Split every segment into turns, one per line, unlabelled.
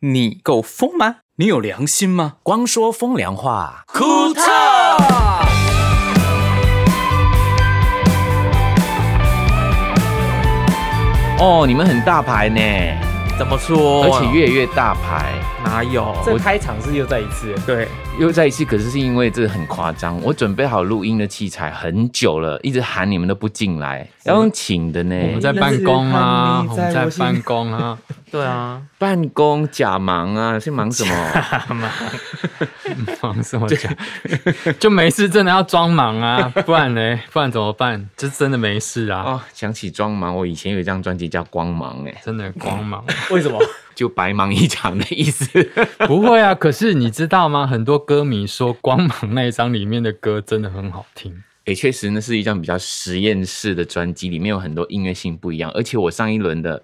你够疯吗？你有良心吗？
光说风凉话，
库特。
哦，你们很大牌呢，
怎么说
而
啊？
且越来越大牌。
哪有？
这开场是又再一次，
对，
又再一次，可是是因为这很夸张，我准备好录音的器材很久了，一直喊你们都不进来，要用请的呢。
我们在办公啊，我们在办公啊，
对啊，
办公假忙啊，是忙什么？
忙什么讲？ 就没事，真的要装忙啊，不然呢？不然怎么办？就真的没事啊，
哦，想起装忙，我以前有一张专辑叫《光芒》，哎，
真的光忙。
为什么？
就白忙一场的意思。
不会啊，可是你知道吗？很多歌迷说《光芒》那一张里面的歌真的很好听。
也确实，那是一张比较实验室的专辑，里面有很多音乐性不一样。而且我上一轮的，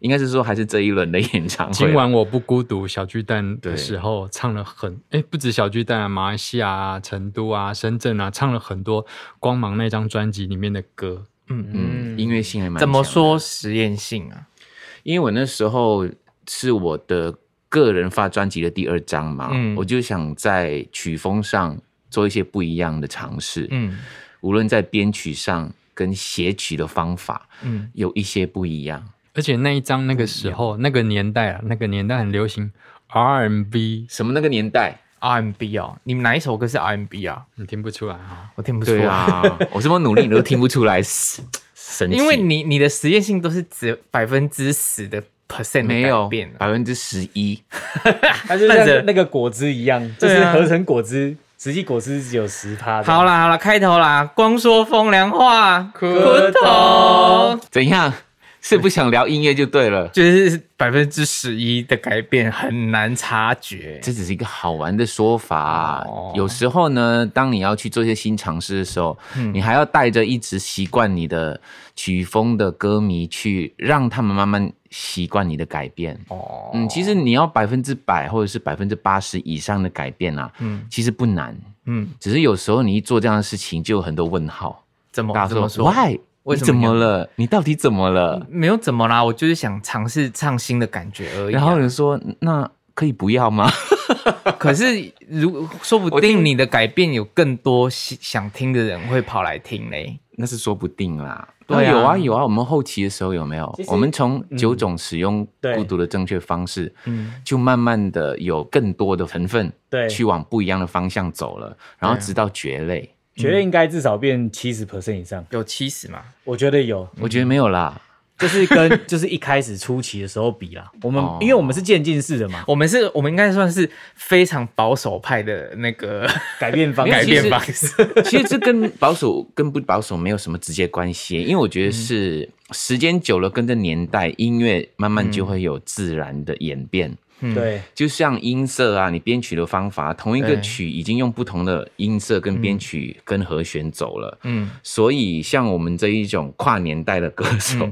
应该是说还是这一轮的演唱会，啊
今晚我不孤独，小巨蛋
对
的时候唱了很，哎，不止小巨蛋啊，马来西亚啊、成都啊、深圳啊，唱了很多《光芒》那张专辑里面的歌。
嗯，音乐性还蛮
怎么
强的
说实验性啊？
因为我那时候是我的个人发专辑的第二张嘛，
嗯
我就想在曲风上做一些不一样的尝试，
嗯
无论在编曲上跟写曲的方法
嗯，
有一些不一样。
而且那一张那个时候那个年代啊，那个年代很流行 R&B，
什么那个年代？
RMB 哦，你们哪一首歌是 RMB 啊？
你听不出来啊、
我听不出
对
来，
啊， 我这么努力你都听不出来，神 奇。
因为你你的实验性都是指百分之十的 percent
没
的改
有
变啊，
百分之十一，
它就
但是
像那个果汁一样，就
对
是
啊
合成果汁，实际果汁只有十趴。
好，啦好啦，开头啦，光说风凉话，苦头
头
怎样？是不想聊音乐就对了。
就是百分之十一的改变很难察觉，
这只是一个好玩的说法。
哦
有时候呢，当你要去做一些新尝试的时候，
嗯
你还要带着一直习惯你的曲风的歌迷去，让他们慢慢习惯你的改变。
哦
嗯，其实你要百分之百或者是百分之八十以上的改变啊，
嗯
其实不难，
嗯，
只是有时候你一做这样的事情，就有很多问号，
怎么
大
哦怎么
家说
说
why
为
你
什么
怎么
要嗯
了？你到底怎么了？
没有怎么啦，我就是想尝试唱新的感觉而已啊、
然后人说那可以不要吗？
可是如说不定你的改变有更多喜想听的人会跑来听嘞。
那是说不定啦。
对啊
有啊有啊，我们后期的时候有没有
其？实
我们从九种使用
对
孤独的正确方式，
嗯，
就慢慢的有更多的成分，
对
去往不一样的方向走了，然后
对啊
直到蕨类，
绝对应该至少变七十 percent 以上，
有七十嘛？
我觉得有，
嗯
我觉得没有啦。
就是跟 就是一开始初期的时候比啦。我们
哦
因为我们是渐进式的嘛，
我们是，我们应该算是非常保守派的那个
改变方
没有
改
式。
变方式。
其实这跟保守跟不保守没有什么直接关系，因为我觉得是
嗯
时间久了，跟着年代音乐慢慢就会有自然的演变。
嗯
对，
就像音色啊，你编曲的方法，同一个
对
曲已经用不同的音色跟编曲跟和弦走了。
嗯，
所以，像我们这一种跨年代的歌手，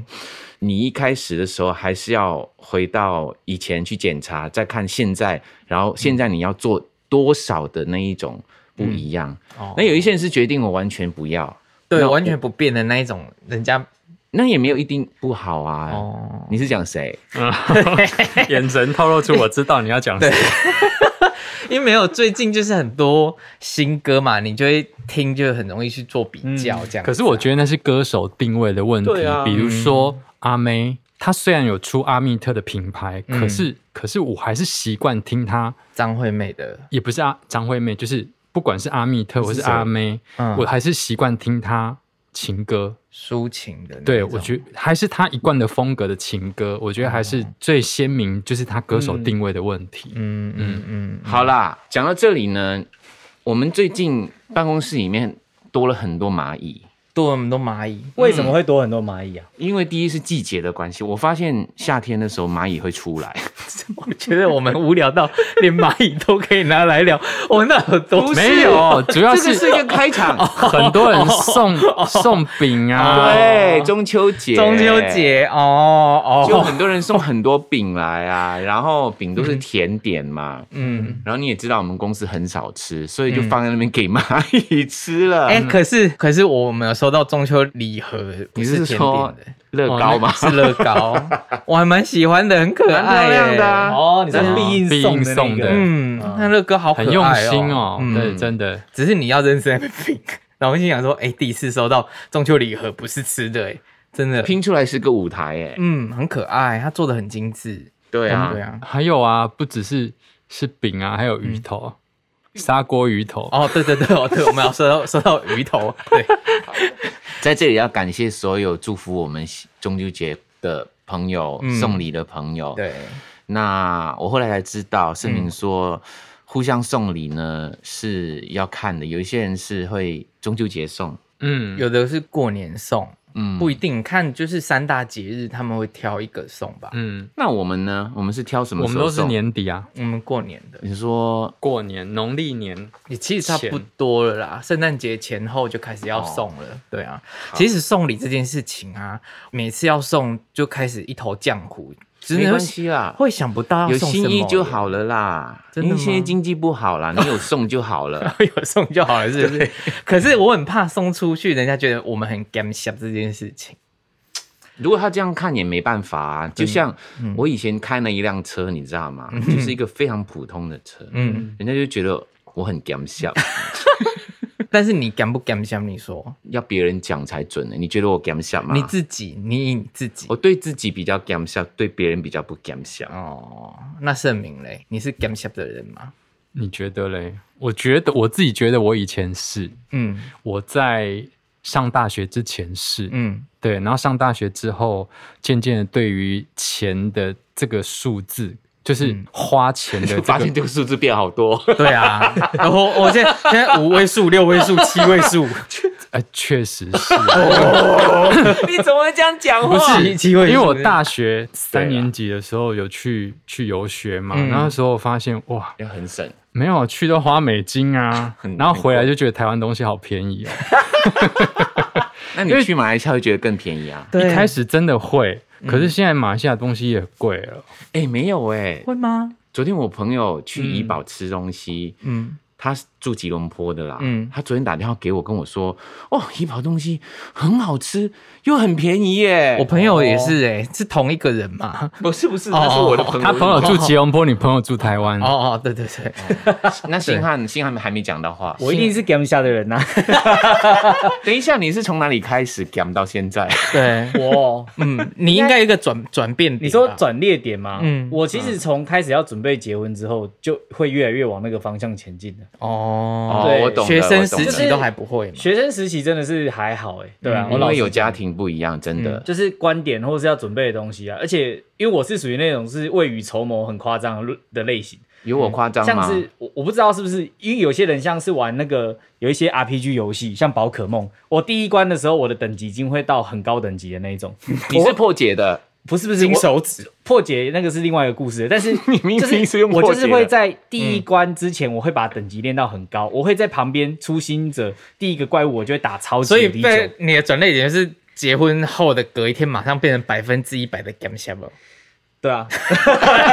你一开始的时候还是要回到以前去检查，再看现在，然后现在你要做多少的那一种不一样。
哦
那有一些人是决定我完全不要，
对，
那我
完全不变的那一种，人家
那也没有一定不好啊。
哦，
你是讲谁？
眼神透露出我知道你要讲什么。
因为没有最近就是很多新歌嘛，你就会听，就很容易去做比较这样子啊、
可是我觉得那是歌手定位的问题，
对啊
比如说阿妹，她虽然有出阿密特的品牌，
嗯
可是可是我还是习惯听她，
张惠妹的，
也不是阿张惠妹，就是不管是阿密特或是阿妹，
嗯，
我还是习惯听她情歌。
抒情的那种，
对，我觉得还是她一贯的风格的情歌，我觉得还是最鲜明，就是她歌手定位的问题。
嗯嗯嗯，
好啦，讲到这里呢，我们最近办公室里面多了很多蚂蚁。
多很多蚂蚁，
为什么会多很多蚂蚁啊？
因为第一是季节的关系，我发现夏天的时候蚂蚁会出来，
我觉得我们无聊到连蚂蚁都可以拿来聊， 我那有多
没有，主要是
这个是一个开 场。
很多人送送 饼
哦
啊，
对，中秋节，
中秋节哦
就
哦，
很多人送很多饼来啊，然后饼都是甜点嘛，
嗯，
然后你也知道我们公司很少吃，所以就放在那边给蚂蚁吃了。
哎
嗯
哎、可是可是我们有收到中秋礼盒，不
你是
甜
说
点的，哦
乐高嘛，
是乐高， 我还蛮喜欢的，很可
蛮漂
爱耶、
亮的啊
哦，你是
那
必应
必
送
应
的那
送
个
的，
嗯，那乐高好可爱、哦，
很用心哦，
嗯
对，真的，
只是你要认真拼。 然后我心想说，哎、第一次收到中秋礼盒不是吃的、哎，真的，
拼出来是个舞台哎，
嗯，很可爱，它做的很精致。
对啊
对，啊，
还有啊，不只是是饼啊，还有鱼头，砂锅鱼头，
哦，对对对，哦，对，我们要收到收到鱼头，对，
在这里要感谢所有祝福我们中秋节的朋友、
嗯
送礼的朋友。
对，
那我后来才知道，盛明说。互相送礼呢是要看的，有一些人是会中秋节送，
嗯，
有的是过年送，
嗯，
不一定看，就是三大节日他们会挑一个送吧。
嗯，
那我们呢？我们是挑什么
我
时
们
候
都是
送？
年底啊，
我们过年的
你说
过年农历年，
也其实差不
前
多了啦，圣诞节前后就开始要送了。对啊，其实送礼这件事情啊，每次要送就开始一头浆糊，真
没
的
关
会
系啦，
会想不到要
有
送什
心
么
意就
耶
好了啦。
真的
因
吗
为现在经济不好啦，你有送就好 了。
有送就好了， 是不是？ 可是我很怕送出去，人家觉得我们很 gam 这件事情。
如果他这样看也没办法啊。就像我以前开了一辆车，你知道吗？就是一个非常普通的车，
嗯，
人家就觉得我很搞 笑，
但是你 gam 不 gam 你说
要别人讲才准呢。你觉得我搞笑吗？
你自己，你以你自己
我。对自己比较搞笑，对别人比较不搞笑。
哦，那盛明嘞，你是 gam 的人吗？
你觉得嘞？我觉得我自己觉得我以前是
嗯
我在上大学之前是，
嗯
对，然后上大学之后，渐渐的对于钱的这个数字，就是花钱的
就
这
发
个
现这个数字变好 多，
对啊，然后我现在现在五位数、六位数、七位数，
呃，确实 是，啊
你怎么会这样讲
不是
七位
因
数，
为我大学三年级的时候有去去游学嘛，
嗯
然后那时候发现哇，
要很省。
没有去都花美金啊，然后回来就觉得台湾东西好便宜哦。
那你去马来西亚会觉得更便宜啊？
对
一开始真的会，可是现在马来西亚东西也贵了，
哎，没有哎，
会吗？
昨天我朋友去
嗯
怡宝吃东西，
嗯，
他是住吉隆坡的啦，
嗯
他昨天打电话给我跟我说，哦，怡宝东西很好吃又很便宜耶。
嗯我朋友也是哎、是同一个人嘛？
不是不是，
哦
他是我的朋友。哦
他朋友住吉隆坡，你朋友住台 湾，
哦哦，对对对，
那星汉，星汉还没讲到话。
我一定是 game 下的人啊呐、
等一下，你是从哪里开始 gam 到现 在？
对，
我，
嗯，你应该有一个转转变点吧，
你说转捩点吗？
嗯
嗯，我其实从开始要准备结婚之后，就会越来越往那个方向前进的。
哦，
对
我懂了
学生时
我懂了
期都还不会嘛，
学生时期真的是还好哎、对啊，
嗯
我
因
老
为
实嗯
有家庭不一样，真的。
就是观点或是要准备的东西啊，而且因为我是属于那种是未雨绸缪很夸张的的类型，
有我夸张
像
吗？
是我我不知道是不是，因为有些人像是玩那个有一些 RPG 游戏，像宝可梦，我第一关的时候我的等级已经会到很高等级的那 一种，
你是破解的，
不是不是
金
我
手指，
破解那个是另外一个故 事，但是
明明
就是
是用
我
破
就
解
是
的嗯
会在第一关之前，我会把等级练到很高，我会在旁边初心者第一个怪物我就会打超级
所以
低
被
九，
你的转捩点就是结婚后的隔一天，马上变成百分之一百的 gam s h a
对啊，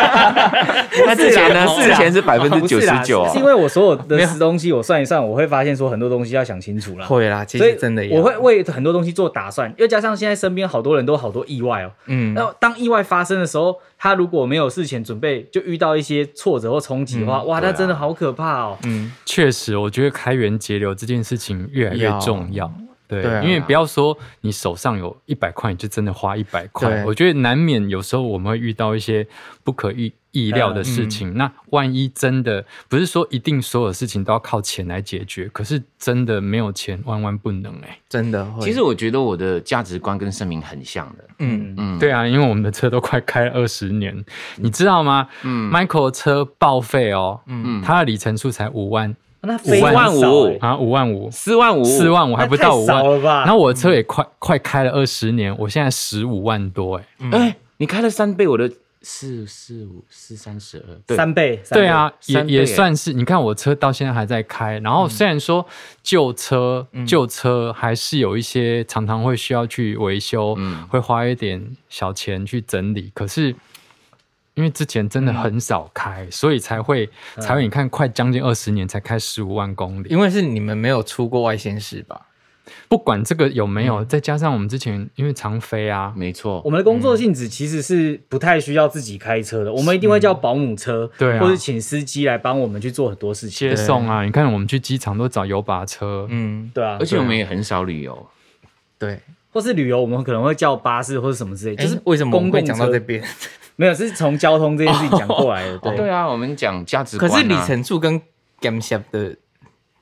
那之前呢？
不是
之
啦
前是百分之
啊不
九
是
十
啦
九啊
是因为我所有的东西我算一算，我会发现说很多东西要想清楚啦。
会啦，其
所以
实真的，
我会，为很多东西做打算，又加上现在身边好多人都好多意外哦。
嗯
那当意外发生的时候，他如果没有事前准备，就遇到一些挫折或冲击的话，哇，
对啊
那真的好可怕哦。
嗯，
确实，我觉得开源节流这件事情越来越重要。对，
对啊
因为不要说你手上有一百块，你就真的花一百
对
块。我觉得难免有时候我们会遇到一些不可预意料的事情。那万一真的不是说一定所有事情都要靠钱来解决，可是真的没有钱万万不能哎、
真的会，
其实我觉得我的价值观跟盛明很像的。
嗯，
嗯，
对啊，因为我们的车都快开二十年，你知道吗？
嗯
m i c h a e l 车报废哦，
嗯
它的里程数才五万
那非
五万
常少
五
欸
啊，五万五，
四万五，
四万五还不到五
哦那太
万
少了吧
然后我的车也快、快开了二十年，我现在十五万多哎、
嗯
哎、你开了三倍我的四四五四三十二，对，
三倍，三倍
对，啊，也
三倍
也
欸
算是，你看我车到现在还在开，然后虽然说
嗯
旧车、旧车还是有一些常常会需要去维修，
嗯
会花一点小钱去整理，可是。因为之前真的很少开，
嗯
所以才会才会你看，快将近二十年才开十五万公里。
因为是你们没有出过外县市吧？
不管这个有没有，
嗯
再加上我们之前因为常飞啊，
没错
我，们的工作性质其实是不太需要自己开车的，我们一定会叫保姆车，
对啊
或者请司机来帮我们去做很多事情，
接送啊，你看我们去机场都找油把车，
嗯，
对啊
而，且我们也很少旅游，
对。
或是旅游，我们可能会叫巴士或者什么之类，就
就是是为什么我
公
们会
共
讲到
车
这，边？
没有是从交通这件事情讲过来的，对。
对啊，我们讲价值观
可
啊，
是里程数跟 Game s h p 的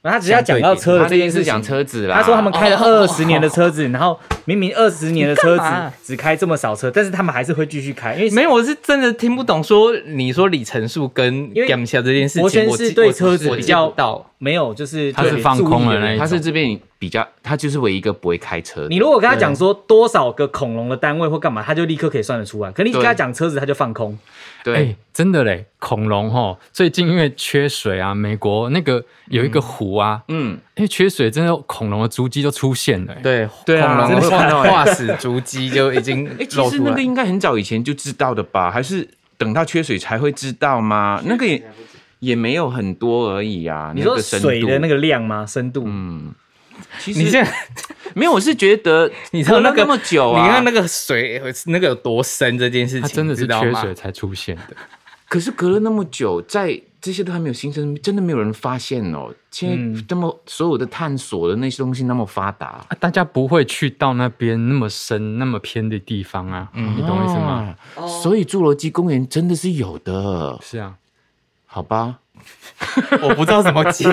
他只要讲到车的
他
这
这
件
件
事
事
情
讲，车子啦，
他说他们开了
哦
二十年的车子，然后明明二十年的车
你干
子
嘛
只开这么少车，但是他们还是会继续开，因为
没有，我是真的听不懂。说你说里程数跟
因为
Game s h p 这件事
博轩
情，我
是
记
对
我
车子
我
比
记
较
不到。
没有，就是
他是
特别
放
注意
空了
人
那一
他是这边比较，他就是唯一一个不会开车的。
你如果跟他讲说多少个恐龙的单位或干嘛，他就立刻可以算得出来。可你跟他讲车子，他就放空。
哎、
对，
真的嘞，恐龙哈，最近因为缺水啊，美国那个有一个湖啊，
嗯，
因为缺水，真的恐龙的足迹都出现了、欸。
对
对啊
恐龙
真的看到
化
欸
化石足迹就已 经
哎，其
露
实
出
那
来
个。应该很早以前就知道的吧？还是等到缺水才会知道吗？那个也也没有很多而已啊。
你说
那个深度
水的那，个量吗？深度？
嗯，其
你
实
现在
没有，我是觉得
你知道
隔了
那个
那么久啊，
你看那个水那个有多深这件事
它
情，
真的是
知道
缺
吗
水。才出现的，
可是隔了那么久，在这些都还没有新生，真的没有人发现哦。现在
嗯
那么所有的探索的那些东西那么发达，
啊大家不会去到那边那么深、那么偏的地方啊，
嗯
你懂我意思吗？
啊？所以侏罗纪公园真的是有的，
哦
是啊，
好吧？
我不知道怎么接。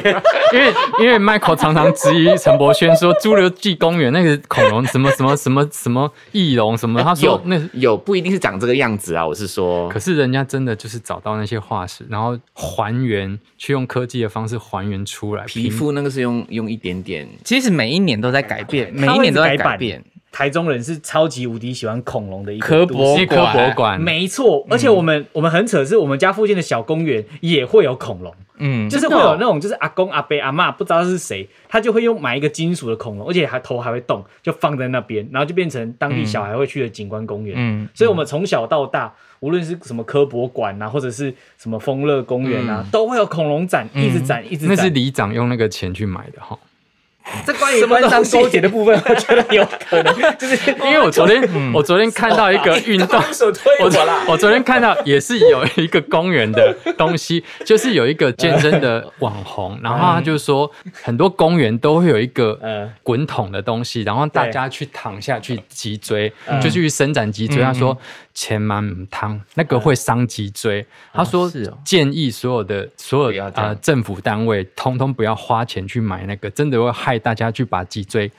因为因为 Michael 常常质疑陈柏轩说侏罗纪公园那个恐龙什么什么什么什么翼龙什
哎
么，他说
有
那
有不一定是长这个样子啊，我是说
可，是人家真的就是找到那些化石，然后还原，去用科技的方式还原出来。
皮肤那个是用用一点点，
其实每一年都在改变，每
它
一
会
年都在
改版
改变。
台中人是超级无敌喜欢恐龙的一个
科
都市
博嗯
是科博馆，
没错，而且我们、我们很扯，是我们家附近的小公园也会有恐龙，
嗯，
就是会有那种就是阿公阿伯阿嬷不知道是谁，他就会用买一个金属的恐龙，而且还头还会动，就放在那边，然后就变成当地小孩会去的景观公园。
嗯
所以我们从小到大，无论是什么科博馆啊，或者是什么丰乐公园
嗯
啊，都会有恐龙展，一直展，一直
那
展。
是里长用那个钱去买的哈。
这关于官商勾结的部分，我觉得有可能，就是
因为我昨天、
嗯
我昨天看到一个运 动，
手推
我昨我昨天看到也是有一个公园的东西，就是有一个健身的网红，然后他就说很多公园都会有一个
嗯
滚筒的东西，然后大家去躺下去脊椎，
嗯
就去伸展脊椎。他
嗯
说千万唔汤，那个会伤脊椎。他说
是哦
建议所有的所
嗯不
有
要这样
啊政府单位通通不要花钱去买那个，真的会害大家去把脊椎。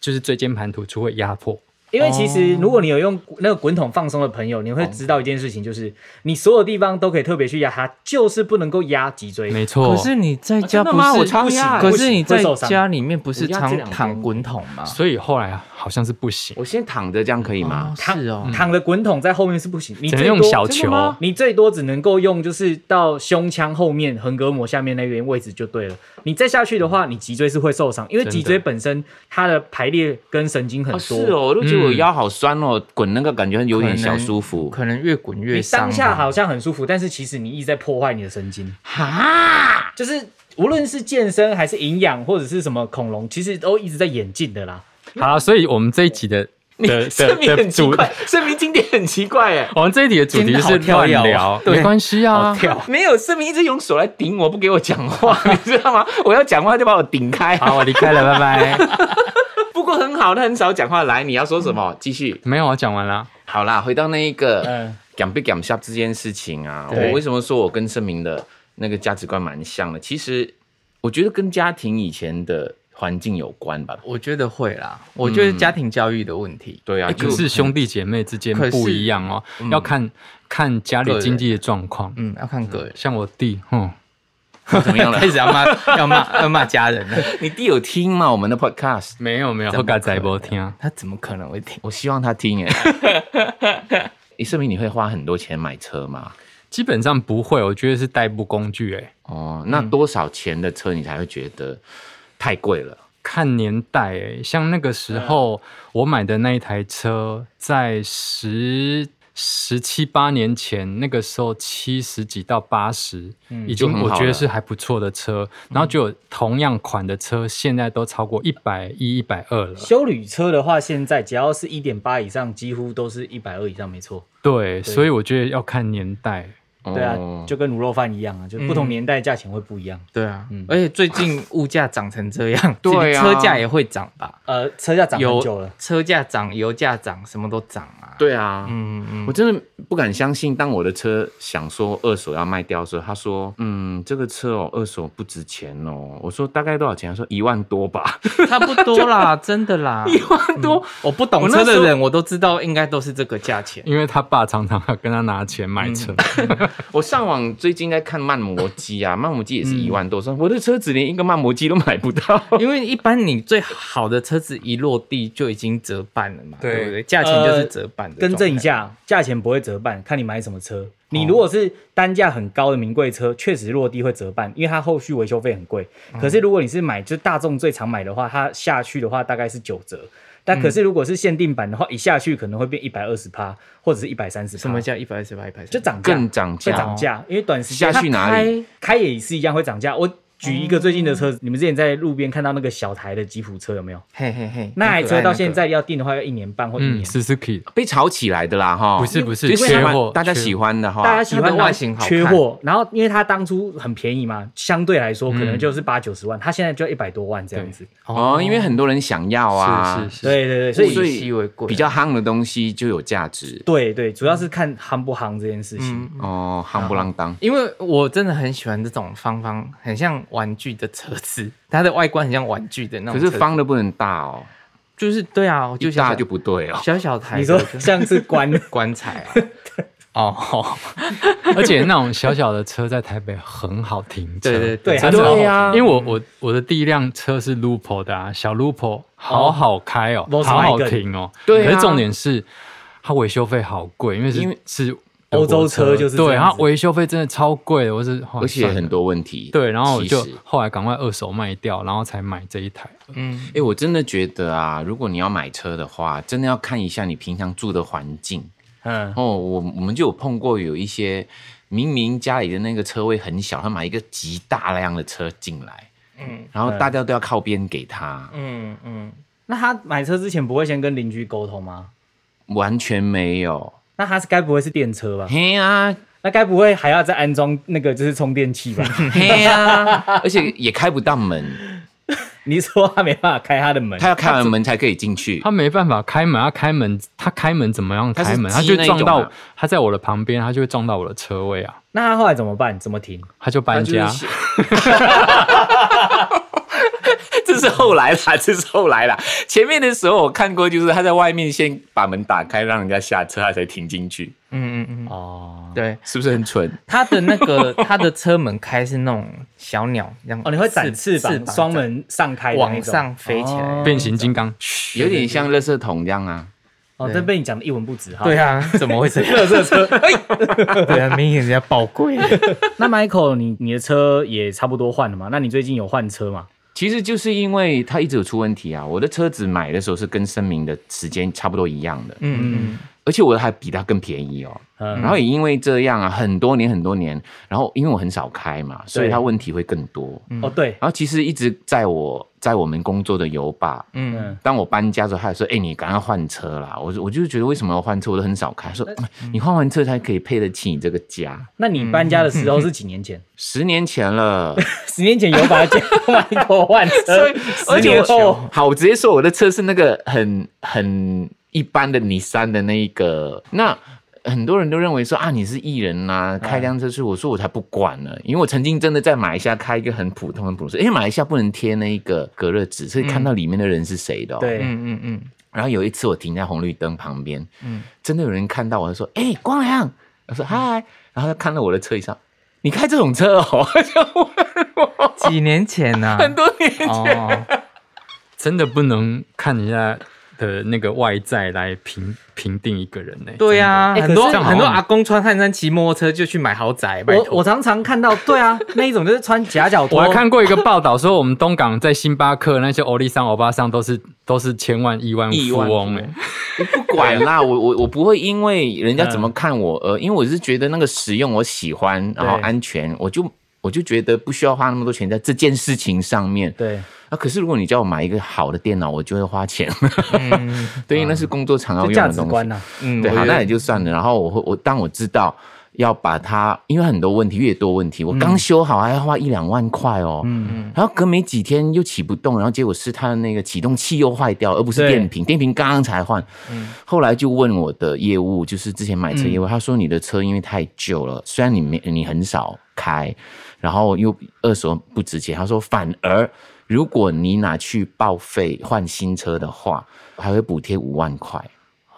就是椎间盘突出会压迫，
因为其
哦
实如果你有用那个滚筒放松的朋友，你会知道一件事情，就是你所有地方都可以特别去压它，就是不能够压脊椎。
没错。
可是你在家
啊真的
不
吗我
是
常压
可是你
会
在
受伤
家里面不是
我压这
常
两边
躺滚筒吗？
所以后来好像是不行，
我先躺着这样可以吗
哦？是哦，
躺的滚筒在后面是不行，你
只
最
能
多
用小球。
你最多只能够用就是到胸腔后面横膈膜下面那边位置就对了。你再下去的话，你脊椎是会受伤，因为
真的
脊椎本身它的排列跟神经很
哦
多。
是哦，我都觉得我腰好酸哦，滚那个感觉有点小舒服。
可能越滚越
你
伤吧。
当下好像很舒服，但是其实你一直在破坏你的神经。哈，就是无论是健身还是营养或者是什么恐龙，其实都一直在演进的啦。
好啦，所以我们这一集的的的
声明
的
很奇
主，
怪，声明经典很奇怪哎，
我们这一集的主题
今天好
是
跳
乱
跃哦
聊，
对
没关系啊。
没有声明一直用手来顶我，不给我讲 话，你知道吗？我要讲话就把我顶开。
好，我离开了，拜拜。
不过很好，他很少讲话。来，你要说什么？继续。
没有，我讲完了。
好啦，回到那一个
嗯
敢不敢下这件事情啊，
对
我为什么说我跟盛明的那个价值观蛮像的？其实我觉得跟家庭以前的环境有关吧。
我觉得会啦，我觉得家庭教育的问题。
对啊，
欸可是兄弟姐妹之间
可是
不一样哦，要看看家里经济的状况。
嗯，要看个人，
像我弟，嗯，
怎么样了
开？始要骂要骂要骂家人了，
你弟有听吗？我们的 podcast，
没有没有，
怎么
后
可能
盖仔不听。
他怎么可能会听？
我希望他听哎。 你盛明，你会花很多钱买车吗？
基本上不会，我觉得是代步工具。哎，
哦，那多少钱的车你才会觉得太贵了？
看年代、
嗯
欸，像那个时候我买的那一台车，在十十七八年前，那个时候七十几到八十、已经
嗯就很
我
好
觉得
了嗯
是还不错的车。然后就有同样款的车，现在都超过一百一、一百二了。
修旅车的话，现在只要是一点八以上，几乎都是一百二以上，没错。
对，所以我觉得要看年代。
对啊，
哦
就跟卤肉饭一样啊，就不同年代价钱会不一样。
对啊，而且最近物价涨成这样，
嗯对啊
车价也会涨吧？
呃，车价涨很久
油
了，
车价涨，油价涨，什么都涨啊。，
对啊，
嗯嗯，
我真的不敢相信，当我的车想说二手要卖掉的时候，他说：“嗯，这个车哦，二手不值钱哦。”我说：“大概多少钱？”他说：“一万多吧。
差不多啦，真的啦，一万多。我不懂车的人，我都知道应该都是这个价钱。
因为他爸常常要跟他拿钱买车，
我上网最近在看慢磨机啊，慢磨机也是一万多，说、我的车子连一个慢磨机都买不到。
因为一般你最好的车子一落地就已经折半了嘛，
对
对不对？价钱就是折半的、
更呃正一，下，价钱不会折半，看你买什么
哦
车。你如果是单价很高的名贵车，确实落地会折半，因为它后续维修费很贵。
嗯
可是如果你是买就大众最常买的话，它下去的话大概是九折。但可
嗯
是如果是限定版的话，一下去可能会变一百二十趴，或者是一百三十趴。
什么叫一百二十八、一百
啊就涨价？
更涨价
会
哦
涨价，因为短时间
下去哪里
开开也是一样会涨价。我举一个最近的
哦
车子，你们之前在路边看到那个小台的吉普车有没有？
嘿嘿嘿，
那台
很可爱
车到现
个
在要订的话要一年半或一
嗯
年。
，Suzuki
被炒起来的啦，哈，
不是不是
就是
缺
哦他们
货，
大家
缺
喜欢的哈，
大家喜
它
欢
的外形好看
缺货，然后因为它当初很便宜嘛，相对来说可
嗯
能就是八九十万，它现在就一百多万这样子。
哦，因为很多人想要啊，
是是是，
对对对，所
所以
以
物以稀为贵，
比较夯的东西就有价值
对对，主要是看夯不夯这件事情。
嗯
哦，夯不啷当。
因为我真的很喜欢这种方方，很像玩具的车子，它的外观很像玩具的那
可
种。
是，方的不能大哦，
就是对啊，我就
就
想
大就不对哦。
小小台的，
你说
就是
像是关
棺材啊？ 哦，
而且那种小小的车在台北很好停车，
对对 哦
对
真的
对
好停
啊
因为我我我的第一辆车是 Lupo 的啊，小 Lupo 好好开哦，
Volkswagen
好好停哦，
对啊
可是重点是它维修费好贵，因为
因
是
为
是
欧洲车就是这
对，
样
它
子
维修费真的超贵的，我是后来
而且
哦算了
很多问题。
对，然后我
其
就
实
后来赶快二手卖掉，然后才买这一台。
嗯，
哎、我真的觉得啊，如果你要买车的话，真的要看一下你平常住的环境。
嗯，
哦，我我们就有碰过有一些明明家里的那个车位很小，他买一个极大量的车进来，嗯，然后大家都要靠边给他，
嗯嗯，
那他买车之前不会先跟邻居沟通吗？
完全没有。
那他是该不会是电车吧？
嘿啊，
那该不会还要再安装那个就是充电器吧？
嘿啊，而且也开不到门，
你说他没办法开他的门，
他要开完门才可以进去
他。没办法开门，他开门，他开门怎么样
他是
开门？
鸡
他就
那一
撞
种
到
啊，
他在我的旁边，他就会撞到我的车位啊，
那他后来怎么办？怎么停？
他就搬家。
他就是 这是后来啦， 这是后来啦。前面的时候我看过，就是他在外面先把门打开，让人家下车，他才停进去，
嗯嗯嗯，
哦
对，
是不是很蠢？
它的那个它的车门开是那种小鸟这样，
哦，你会展翅膀，
膀
双门上开的那
往
种
上飞起来。
变形金刚，
有点像垃圾桶这样啊。
哦，这被你讲的一文不值哈。
对啊，怎么会这 样？这车，哎对啊，明显人家宝贵。
那 Michael，你你的车也差不多换了嘛？那你最近有换车吗？
其实就是因为它一直有出问题啊。我的车子买的时候是跟声明的时间差不多一样的，
嗯嗯
而且我的还比它更便宜哦。
嗯
然后也因为这样啊，很多年很多年，然后因为我很少开嘛，所以它问题会更多。
哦，对，
然后其实一直在我在我们工作的油吧，
嗯，
当我搬家的时候，他也说：“哎、你赶快换车啦！”我就我就觉得为什么要换车，我都很少开。他说、嗯你换完车才可以配得起你这个家。
那你搬家的时候是几年前？
十年前了，
十年前有把家 Michael 换
所
车
以，
十年
我
后
好，我直接说我的车是那个很很一般的尼桑的那一个。那很多人都认为说啊，你是艺人呐、开辆车去。我说我才不管呢，因为我曾经真的在马来西亚开一个很普通的普通车，因为马来西亚不能贴那一个隔热纸，所以看到里面的人是谁的、哦。
对，
嗯嗯嗯，
然后有一次我停在红绿灯旁边，嗯，真的有人看到我，就说：“哎、光良。”我说：“嗨。”然后他看到我的车一上，你开这种车哦，
几年前呐，啊
很多年
哦，
真的不能看人家的那个外在来评评定一个人呢、
对啊呀、很
真的
多
可是这样好像
很多阿公穿汗衫骑摩托车就去买豪宅，拜
我
托
我常常看到，对啊，那一种就是穿夹脚拖，
我还看过一个报道说，我们东港在星巴克那些欧丽桑、欧巴桑都是都是千万亿万富翁哎、
我不管啦，我我我不会因为人家怎么看我，
嗯
呃，因为我是觉得那个实用，我喜欢，然后安全，我就我就觉得不需要花那么多钱在这件事情上面。
对，
啊，可是如果你叫我买一个好的电脑，我就会花钱。 对，因为那是工作常要
嗯就
用
价
的
值
东西
观。呐、啊
嗯
对，
我
好，
觉得
那也就算了。然后我会，我当我知道要把它，因为很多问题，越多问题，我刚修好还要花一两万块哦。嗯然后隔没几天又启不动，然后结果是它的那个启动器又坏掉，而不是
对
电瓶，电瓶刚刚才换。后来就问我的业务，就是之前买车业务，他说你的车因为太旧了，虽然你没你很少开，然后又二手不值钱，他说反而。如果你拿去报废换新车的话，还会补贴五万块。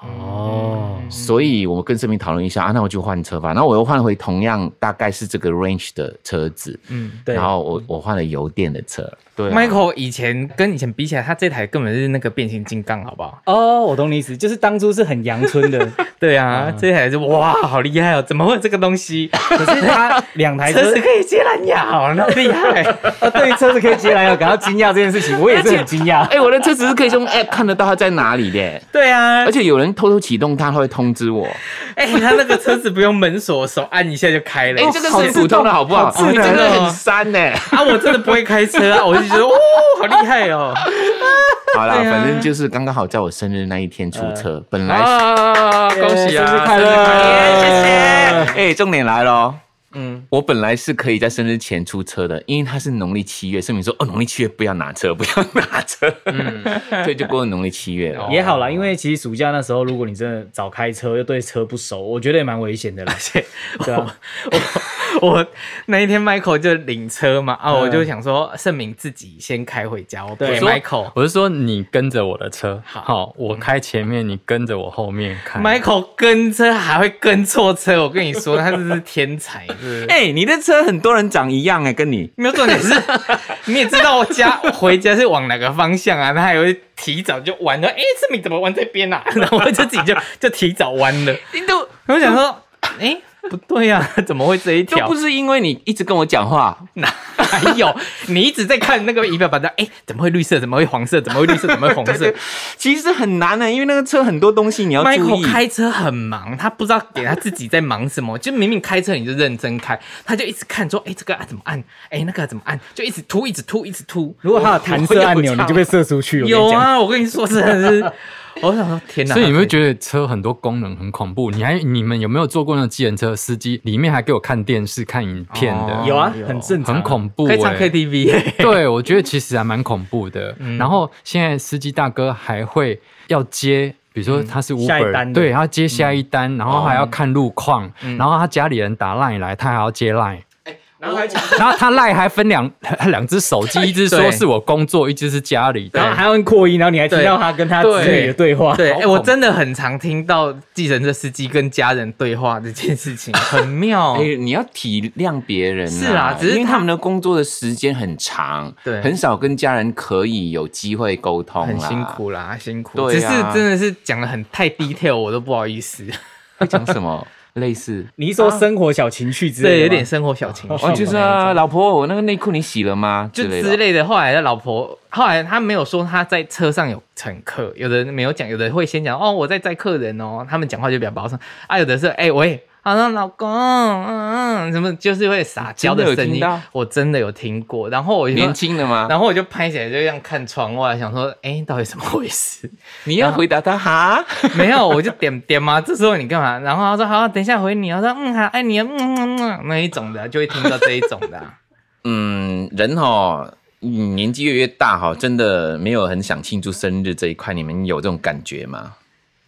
哦，
所以我跟盛明讨论一下啊，那我就换车吧。然后我又换回同样大概是这个 range 的车子，
嗯
对
然后我我换了油电的车，对啊、
，Michael 以前跟以前比起来，他这台根本是那个变形金刚，好不好？
哦，我懂你意思，就是当初是很阳 春的，
对啊，这台是哇，好厉害哦！怎么会有这个东 西？
可是他两台
车
车
子可以接蓝牙，好那么厉害！
啊，对于车子可以接来要感到惊讶这件事情，我也是很惊讶。
哎、我的车子是可以用 app 看得到它在哪里的，
对啊
而，且有人偷偷启动它，它会通知我。
哎、他那个车子不用门锁，手按一下就开了。
哎、这个是普通的好不好？
好
你
智能
真的
哦
很删呢。
啊，我真的不会开车啊，我就觉得哦，好厉害哦！
好啦，
对啊
反正就是刚刚好在我生日那一天出车，本来是
啊，恭喜啊！
生日快乐
哎、重点来喽。嗯，我本来是可以在生日前出车的，因为它是农历七月，盛明说哦，农历七月不要拿车，不要拿车，
嗯
所以就过了农历七月
哦
了。
也好啦，因为其实暑假那时候，如果你真的早开车又对车不熟，我觉得也蛮危险 的啦。对啊，
我 我那一天 Michael 就领车嘛，啊，
嗯
我就想说盛明自己先开回家，我给
对
Michael。
我是说你跟着我的车，好，我开前面，你跟着我后面开。
Michael 跟车还会跟错车，我跟你说，他真是天才，真的
哎、你的车很多人长一样哎、跟你
没有重点是，你也知道我家回家是往哪个方向啊，他还会提早就弯了。哎、志明怎么弯这边啊？ 然后我就自己就就提早弯了。
你都
我想说，哎、不对呀、啊，怎么会这一
都
条
不？是因为你一直跟我讲话，
哪有？你一直在看那个仪表板上，哎、怎么会绿色？怎么会黄色？怎么会绿色？怎么会红色
其实很难啊的、因为那个车很多东西你要注意。
？Michael 开车很忙，他不知道给他自己在忙什么。就明明开车你就认真开，他就一直看说，哎、这个按怎么按？哎、那个怎么按？就一直突，一直突，一直突。
如果它有弹射按钮，
我
你就被射出去。我跟你
有
讲，
啊，我跟你说，真的是， 我想说，天哪！
所以你会觉得车很多功能很恐怖？你还你们有没有坐过那种计程车司机里面还给我看电视、看影片的？
有啊，很正常，
很恐怖、
可
欸，
以唱 KTV，
对，我觉得其实还蛮恐怖的。然后现在司机大哥还会要接。比如说他是
下一
Uber，、
单的
对，他接下一单，然后还要看路况，然后他家里人打 line 来，他还要接 line，
然后还
然后他 line 还分两 两只手机，一只说是我工作，一只是家里
然
的
后。还要按扩音，然后你还听
对
到他跟他子女的对话。
对，
好
哎、
恐怖
我真的很常听到计程车司机跟家人对话这件事情，很妙
哎、。你要体谅别人、
是啊只是
因为
他
他们的工作的时间很长，
对
很少跟家人可以有机会沟通啊啦，
很辛。苦啦，辛苦。
对
只是
啊
真的是讲的很太 detail，我都不好意 思。
会讲什 么类似？
你一说生活小情趣之类的吗，
对，有点生活小情绪
哦，。就是啊，老婆，我那个内裤你洗了吗？
就
类
之
的。
类的，后来的老婆，后来他没有说他在车上有乘客，有的没有讲，有的会先讲哦我在载客人哦，他们讲话就比较保守啊，有的是哎、喂，好了老公，嗯嗯，什么就是会撒娇
真的有
声
听
音
到，
我真的有听过，然后我就
年轻的吗？
然后我就拍起来就这样看窗外，想说哎、到底怎么回事？
你要回答他哈？
没有，我就点点嘛。这时候你干嘛？然后他说好，等一下回你。我说嗯，好，爱你，嗯嗯嗯，那一种的啊就会听到这一种的啊、
嗯，人哦，嗯年纪越越大哈，真的没有很想庆祝生日这一块，你们有这种感觉吗？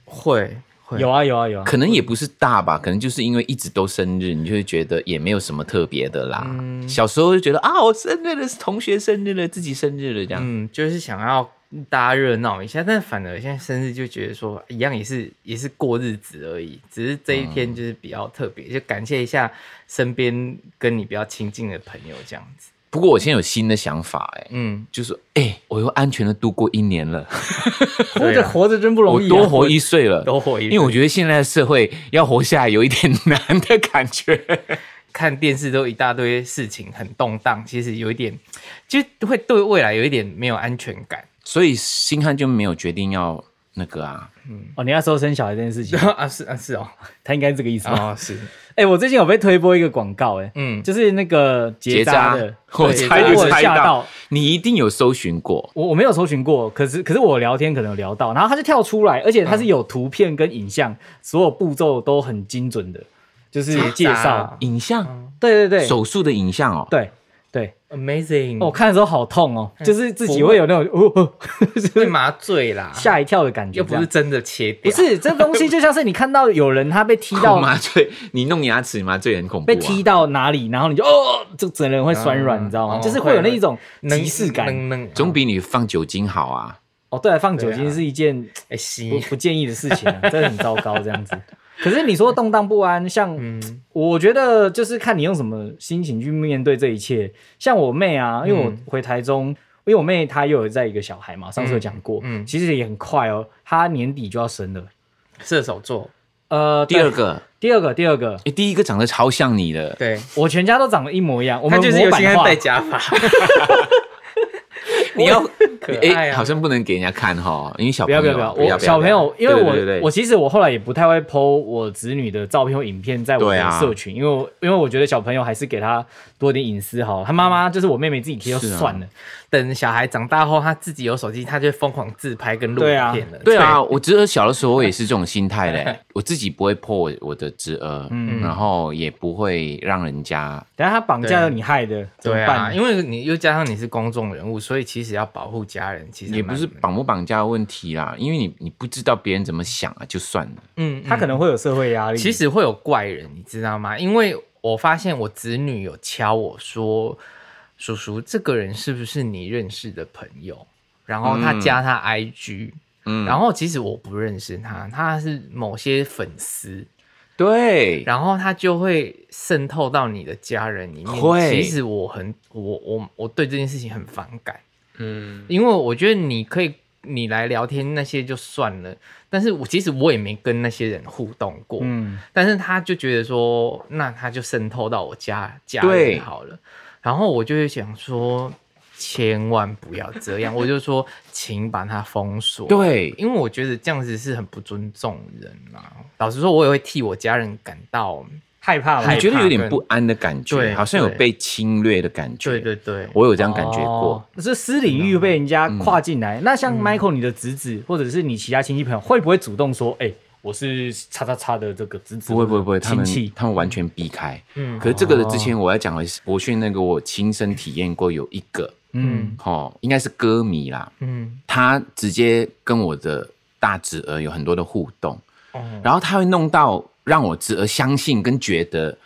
会会
有啊有啊有啊。
可能也不是大吧，可能就是因为一直都生日，你就会觉得也没有什么特别的啦。小时候就觉得啊，我生日了，同学生日了，自己生日了这样。
嗯，就是想要大家热闹一下，但反而现在生日就觉得说一样也是也是过日子而已，只是这一天就是比较特别，就感谢一下身边跟你比较亲近的朋友这样子。
不过我现在有新的想法、哎，
嗯，
就是哎、我又安全的度过一年了，
活着活着真不容
我
易、啊，
多活一岁 了。
都火一
因为我觉得现在的社会要活下来有一点难的感觉。
看电视都一大堆事情，很动荡，其实有一点，就会对未来有一点没有安全感
所以星汉就没有决定要那个啊，
哦，你那时候生小孩这件 事情，
啊。是啊，是哦，
他应该是这个意思吧？
哦是，
哎、我最近有被推播一个广告、哎、
嗯，
就是那个结扎的，
我
对
猜
我
就
有
猜
吓到，
你一定有搜寻过，
我我没有搜寻过，可是可是我聊天可能有聊到，然后他就跳出来，而且他是有图片跟影像，所有步骤都很精准的，就是介绍。
影像，
对对对，
啊手术的影像哦。
嗯对对，
amazing，
我、
哦，
看的时候好痛哦，就是自己会有那种哦哦
会麻醉啦，
吓一跳的感觉，
又不是
这
真
样。
的切掉，
不是这东西，就像是你看到有人他 被踢
恐
到
麻醉，你弄牙齿麻醉很恐怖、啊。
被踢到哪里，然后你就哦，就整个人会酸软，
嗯
你知道吗？
哦
就是会有那一种
能
即视感。
能能
总比你放酒精好啊。
哦，对啊，放酒
对
精
啊
是一件
哎
不
吸，
不建议的事情、 啊，真的很糟糕这样子。可是你说动荡不安，像
嗯
我觉得就是看你用什么心情去面对这一切。像我妹啊，因为我
嗯
回台中，因为我妹她又有在一个小孩嘛，上次有讲过，
嗯嗯
其实也很快哦，她年底就要生了。
射手座，
呃，
第二
对，
个，
第二个，第二个，
哎，第一个长得超像你的，
对，
我全家都长得一模一样，我
他
们
就是
模
有
板
心
化
戴假发，
你 要
可爱
哎，
啊
好像不能给人家看哈，因为小
不
朋
要
友
不要不要！我小朋友，因为
对对
我
对
我其实我后来也不太会 PO 我子女的照片或影片在我
对
的
啊
社群，因为我因为我觉得小朋友还是给他多点隐私好了。他妈妈就是我妹妹自己贴就是
啊
算了，
等小孩长大后，他自己有手机，他就疯狂自拍跟录
对啊
影片了，
对啊，我侄儿小的时候我也是这种心 态嘞，我自己不会破我我的侄儿，
嗯
然后也不会让人家
等下他绑架了你害的怎么
对啊，
办？
因为你又加上你是公众人物，所以其实要保护家人，其实
也不
蛮
是，绑不绑架的问题啦，因为你你不知道别人怎么想啊，就算了。
嗯，
他可能会有社会
嗯
压力。
其实会有怪人，你知道吗？因为我发现我子女有敲我说：“叔叔，这个人是不是你认识的朋友？”然后他加他 IG，、
嗯，
然后其实我不认识他，他是某些粉丝，
对，
然后他就会渗透到你的家人里面。
会
其实我很我我我对这件事情很反感，
嗯，
因为我觉得你可以你来聊天那些就算了，但是我其实我也没跟那些人互动过，
嗯，
但是他就觉得说，那他就渗透到我家家
对
里好了。然后我就会想说，千万不要这样，我就说，请把它封锁。，
对，
因为我觉得这样子是很不尊重人啊。老实说，我也会替我家人感到，
害怕嘛
害
我
怕
觉得有点不安的感
对
觉，好像有被侵略的感觉。
对对对，
我有这样感觉
哦
过。，啊
是私领域被人家
嗯
跨进来。那像 Michael 你的侄子，或者是你其他亲戚朋友，会不会主动说：“哎，我是叉叉叉的这个侄子？”
不会不会不会，他
亲
们
戚
他们完全避开。
嗯
可是这个的之前我要讲的是博讯那个，我亲身体验过有一个，
嗯
哦，应该是歌迷啦，
嗯
他直接跟我的大侄儿有很多的互动，
哦，
然后他会弄到让我侄儿相信跟觉得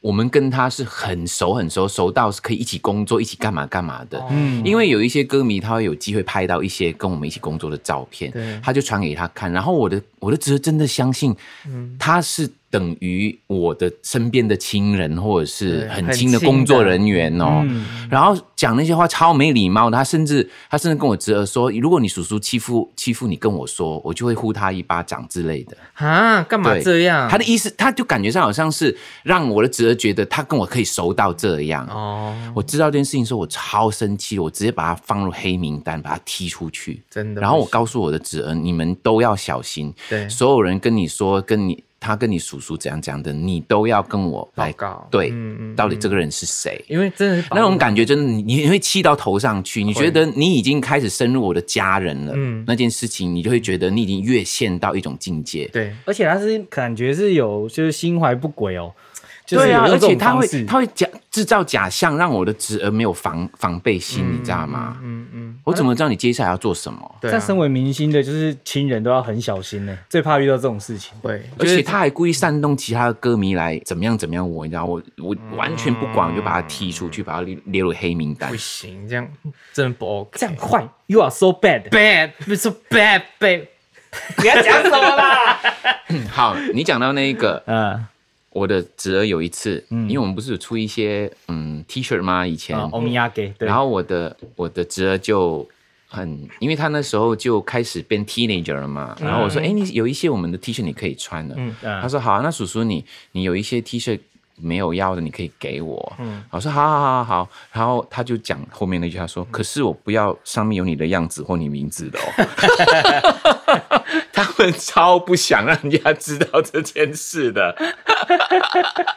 我们跟他是很熟很熟，熟到是可以一起工作、一起干嘛干嘛的。
嗯
因为有一些歌迷他会有机会拍到一些跟我们一起工作的照片
对，
他就传给他看，然后我的我的侄儿真的相信
嗯
他是等于我的身边的亲人或者是
对
很
很
亲的
亲的嗯
工作人员哦。然后讲那些话超没礼貌的，他甚至他甚至跟我侄儿说，如果你叔叔欺负欺负你，跟我说，我就会呼他一巴掌之类的。
啊，干嘛
对，
这样？
他的意思，他就感觉上好像是让我的侄儿觉得他跟我可以熟到这样。
哦，
我知道这件事情，时候，我超生气，我直接把他放入黑名单，把他踢出去。
真的不行。
然后我告诉我的侄儿，你们都要小心。
对
所有人跟你说，跟你他跟你叔叔怎样怎样的，你都要跟我
报
来
告
对，
嗯嗯
到底这个人是谁？
因为真的是
那种感觉真的，你你会气到头上去。你觉得你已经开始深入我的家人了，
嗯
那件事情你就会觉得你已经越线到一种境界。
对
而且他是感觉是有就是心怀不轨哦，就是
对
有
啊，
用
而
这
且
种
他
方
会
式。
他会假制造假象，让我的侄儿没有防防备心，你知道吗？
嗯嗯，
我怎么知道你接下来要做什么？
对啊
但身为明星的，就是亲人都要很小心呢、最怕遇到这种事情。
会，
而
就是
且他还故意煽动其他的歌迷来怎么样怎么样我，你知道我我完全不管，我就把他踢出去，把他列列入黑名单
不。行，这样真的不 OK。
这样坏，You are so bad。
bad，不是 bad bad，你要讲什么啦？
好，你讲到那一个，
嗯，
我的侄儿有一次，
嗯
因为我们不是有出一些嗯 T 恤吗？以前，
啊，欧米亚给，对，
然后我的我的侄儿就很，因为他那时候就开始变 teenager 了嘛，然后我说，哎、你有一些我们的 T 恤你可以穿的，
嗯
嗯
他说好、啊，那叔叔你你有一些 T 恤没有要的，你可以给我，
嗯
我说好好好好，然后他就讲后面那句，他说，可是我不要上面有你的样子或你名字的哦， 他们超不想让人家知道这件事的，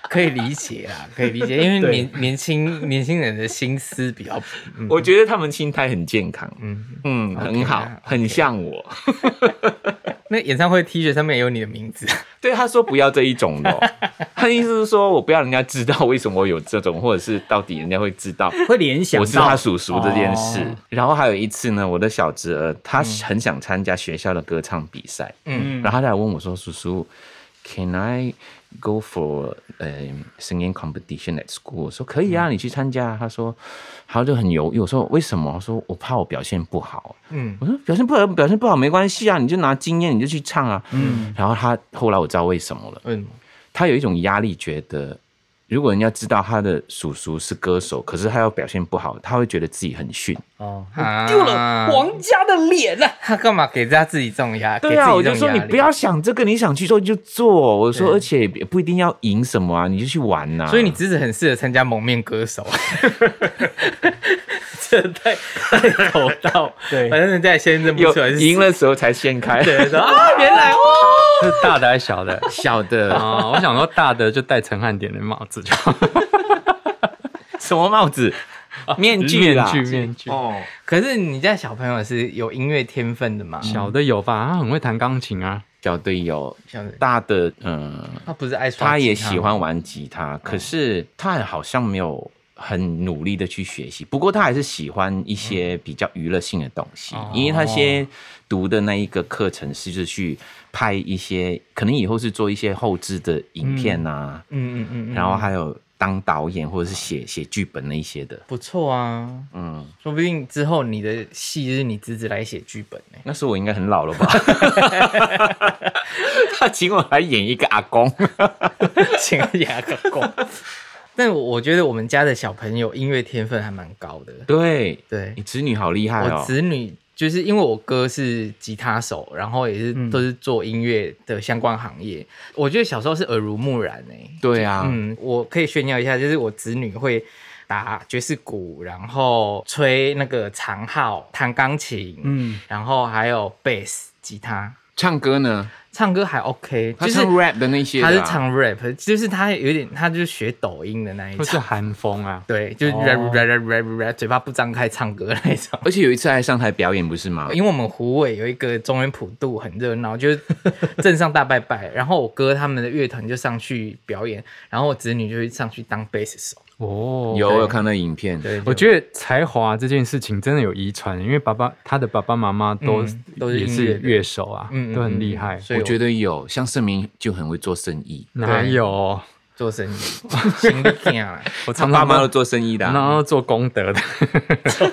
可以理解啊，可以理解，因为
对
年年轻年轻人的心思比较，嗯
我觉得他们心态很健康，
嗯，
嗯，很
OK
好
啊
很像我。
那演唱会 T 恤上面也有你的名字，
对，他说不要这一种的哦、 他的意思是说我不要人家知道为什么我有这种，或者是到底人家会知道
会联想
我是他
到
叔叔这件事。
哦
然后还有一次呢，我的小侄儿他很想参加学校的歌唱比赛，
嗯，
然后他来问我说：“叔叔，Can I go for 呃、singing competition at school？” 我说：“可以
嗯
啊，你去参加啊。”他说，他就很犹豫。我说：“为什么？”我说：“我怕我表现不好。”
嗯
我说表现不好，表现不好没关系啊，你就拿经验，你就去唱啊。嗯，然后他后来我知道为什么了，
嗯，
他有一种压力，觉得如果人家知道他的叔叔是歌手，可是他要表现不好，他会觉得自己很逊。
哦，
丢了
皇
家的脸啊！他干嘛给他自己这种压？
对啊，
给
我
自
就
己这种
说你
压力
不要想这个，你想去做就做。我说，而且也不一定要赢什么啊，你就去玩呐、
所以你侄子很适合参加蒙面歌 手，这太太口道。
对
反正人家也先认不
有
出来是谁
赢，了时候才掀开，
对， 说啊，原来哦，
是大的还是小 的？
小的
啊、我想说大的就戴陈汉典的帽子就好，
什么帽子、面具
面
啦，
具面具。
哦，
可是你家小朋友是有音乐天分的嘛？
小的有吧？他很会弹钢琴啊。
小的有，
小的，
大的嗯。
他不是爱刷
他也
吉他
喜欢玩吉他，可是他好像没有很努力的去学习。不过他还是喜欢一些比较娱乐性的东西，
哦
因为他先读的那一个课程是就是去拍一些，可能以后是做一些后置的影片啊，
嗯嗯嗯嗯，
然后还有当导演或者是写写剧本那一些的。
不错啊，
嗯，
说不定之后你的戏是你侄子来写剧本呢、
那时候我应该很老了吧？他请我来演一个阿公，
请他演个够。 但我觉得我们家的小朋友音乐天分还蛮高的，
对，
对
哎你，侄女好厉害
我
哦。
子女就是因为我哥是吉他手，然后也是、都是做音乐的相关行业，我觉得小时候是耳濡目染哎、
对啊，
嗯，我可以炫耀一下，就是我子女会打爵士鼓，然后吹那个长号，弹钢琴，
嗯，
然后还有贝斯、吉他，
唱歌呢？
唱歌还 OK，
他
就是
唱 rap 的那些的
他
啊、
是唱 rap，就是他有点，他就是学抖音的那一
哦
或是
种。
韩风啊，
对，就是 rap rap rap rap rap，嘴巴不张开唱歌那一 种。
而且有一次还上台表演，不是吗？
因为我们湖尾有一个中原普渡很热闹，就是镇上大拜拜， 然后我哥他们的乐团就上去表演，然后我侄女就会上去当贝斯手。
哦
有我有看到影片，
对，
我
得
觉得才华这件事情真的有遗传，因为爸爸他的爸爸妈妈都、
嗯都是
也
音乐
是
的
乐手啊，
嗯嗯
都很厉害。
所以
我觉得有，像盛明就很会做生意，
哪
对
有？
做生意 心力听啊，
我
他
常
爸
常
妈
都
都做生意的啊、
然后做功德的，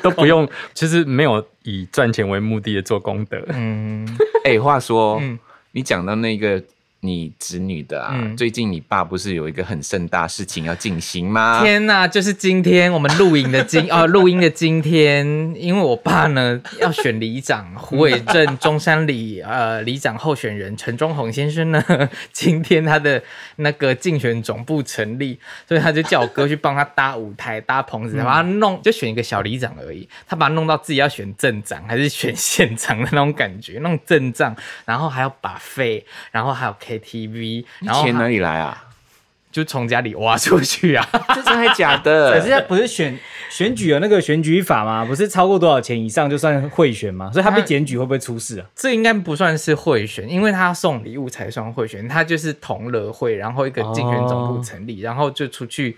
都不用，就是没有以赚钱为目的的做功德。
嗯，
哎、话说，
嗯
你讲到那个你侄女的啊，
嗯
最近你爸不是有一个很盛大事情要进行吗？
天呐，就是今天我们录影的 今啊，录音的今天，因为我爸呢要选里长，虎尾镇中山里呃里长候选人陈忠宏先生呢， 今天他的那个竞选总部成立，所以他就叫我哥去帮他搭舞台、搭棚子，把他弄就选一个小里长而已，他把他弄到自己要选镇长还是选县长的那种感觉，那种阵仗，然后还要把费，然后还有 KTV，然后
钱哪
还
里来 啊？
就从家里挖出去啊。
这真还假
可是
的？
他不是选选举有那个选举法吗？不是超过多少钱以上就算贿选吗？所以他被检举会不会出事啊？。
这应该不算是贿选，因为他送礼物才算贿选，他就是同乐会，然后一个竞选总部成立，然后就出去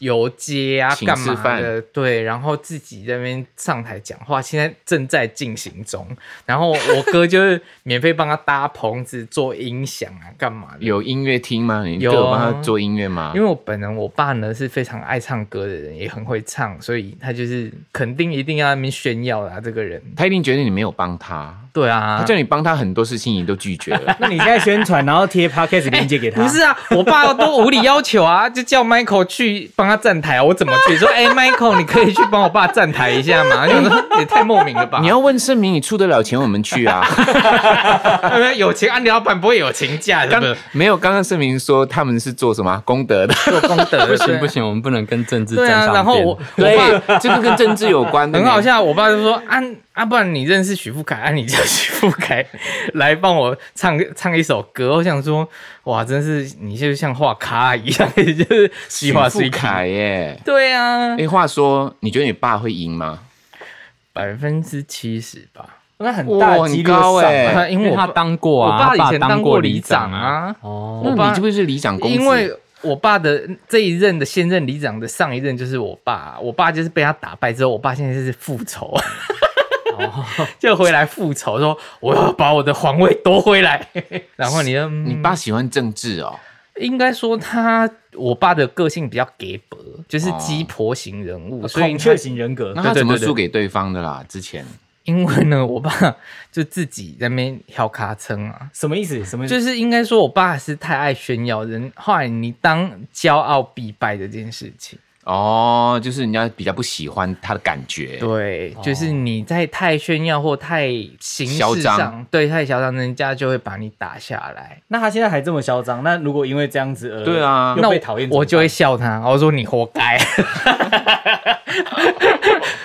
游街啊，
请
干
吃
嘛
饭
的？对，然后自己在那边上台讲话，现在正在进行中。然后我哥就是免费帮他搭棚子、做音响啊，干嘛的？
有音乐厅吗？你
有啊
都有帮他做音乐吗？
因为我本人我爸呢是非常爱唱歌的人，也很会唱，所以他就是肯定一定要在那边炫耀啦、这个人
他一定觉得你没有帮他，
对啊，
他叫你帮他很多事情，你都拒绝了
那你现在宣传，然后贴 podcast 链接给他，
不是啊，我爸都无理要求啊，就叫 Michael 去帮他站台啊，我怎么去？说，哎、m i c h a e l 你可以去帮我爸站台一下吗？ 就说也太莫名了吧？
你要问盛明，你出得了钱，我们去啊。
有情安老板不会有情价的，
刚
对不对
没有，刚刚盛明说他们是做什么啊功 德的，
做功 德
不
不
行不。行，我们不能跟政治
对
沾
啊，
上边。
然后我我
对，这个跟政治有关
爸
的，
很好。笑，我爸就说啊啊，不然你认识许富凯，啊你叫许富凯来帮我唱唱一首歌。我想说，哇，真是你就像画咖一样， 就是
许
喜欢
富凯。耶。
对啊，
哎，话说，你觉得你爸会赢吗？
百分之七十吧。
那很大
哇
几
很
率
高
上吧
欸
他因
因
为
为
我
他当过啊，
我爸以前
当
当过
里
里长
啊。
啊，
哦，
那
我爸
你就会是里长公子，
因为我爸的这一任的现任里长的上一任就是我爸，我爸就是被他打败之后，我爸现在就是复仇，
哦
就回来复仇，说我要把我的皇位夺回 来。然后你就，嗯
你爸喜欢政治哦。
应该说他，我爸的个性比较给薄，就是
哦啊
鸡婆型人物，所以
孔
他
雀型人格
那，他
对对
怎么
对对
输给对方的啦？之前
因为呢，我爸就自己在那边挑卡称啊，
什么意思？什么意思？
就是应该说，我爸是太爱炫耀人，后来你当骄傲必败的这件事情，
哦，就是人家比较不喜欢他的感觉。
对，就是你在太炫耀或太形
嚣
式上
张，
对，太嚣张，人家就会把你打下来。
那他现在还这么嚣张，那如果因为这样子而
对啊
又
那
被
我
讨厌，
我就会笑他，我说你活该。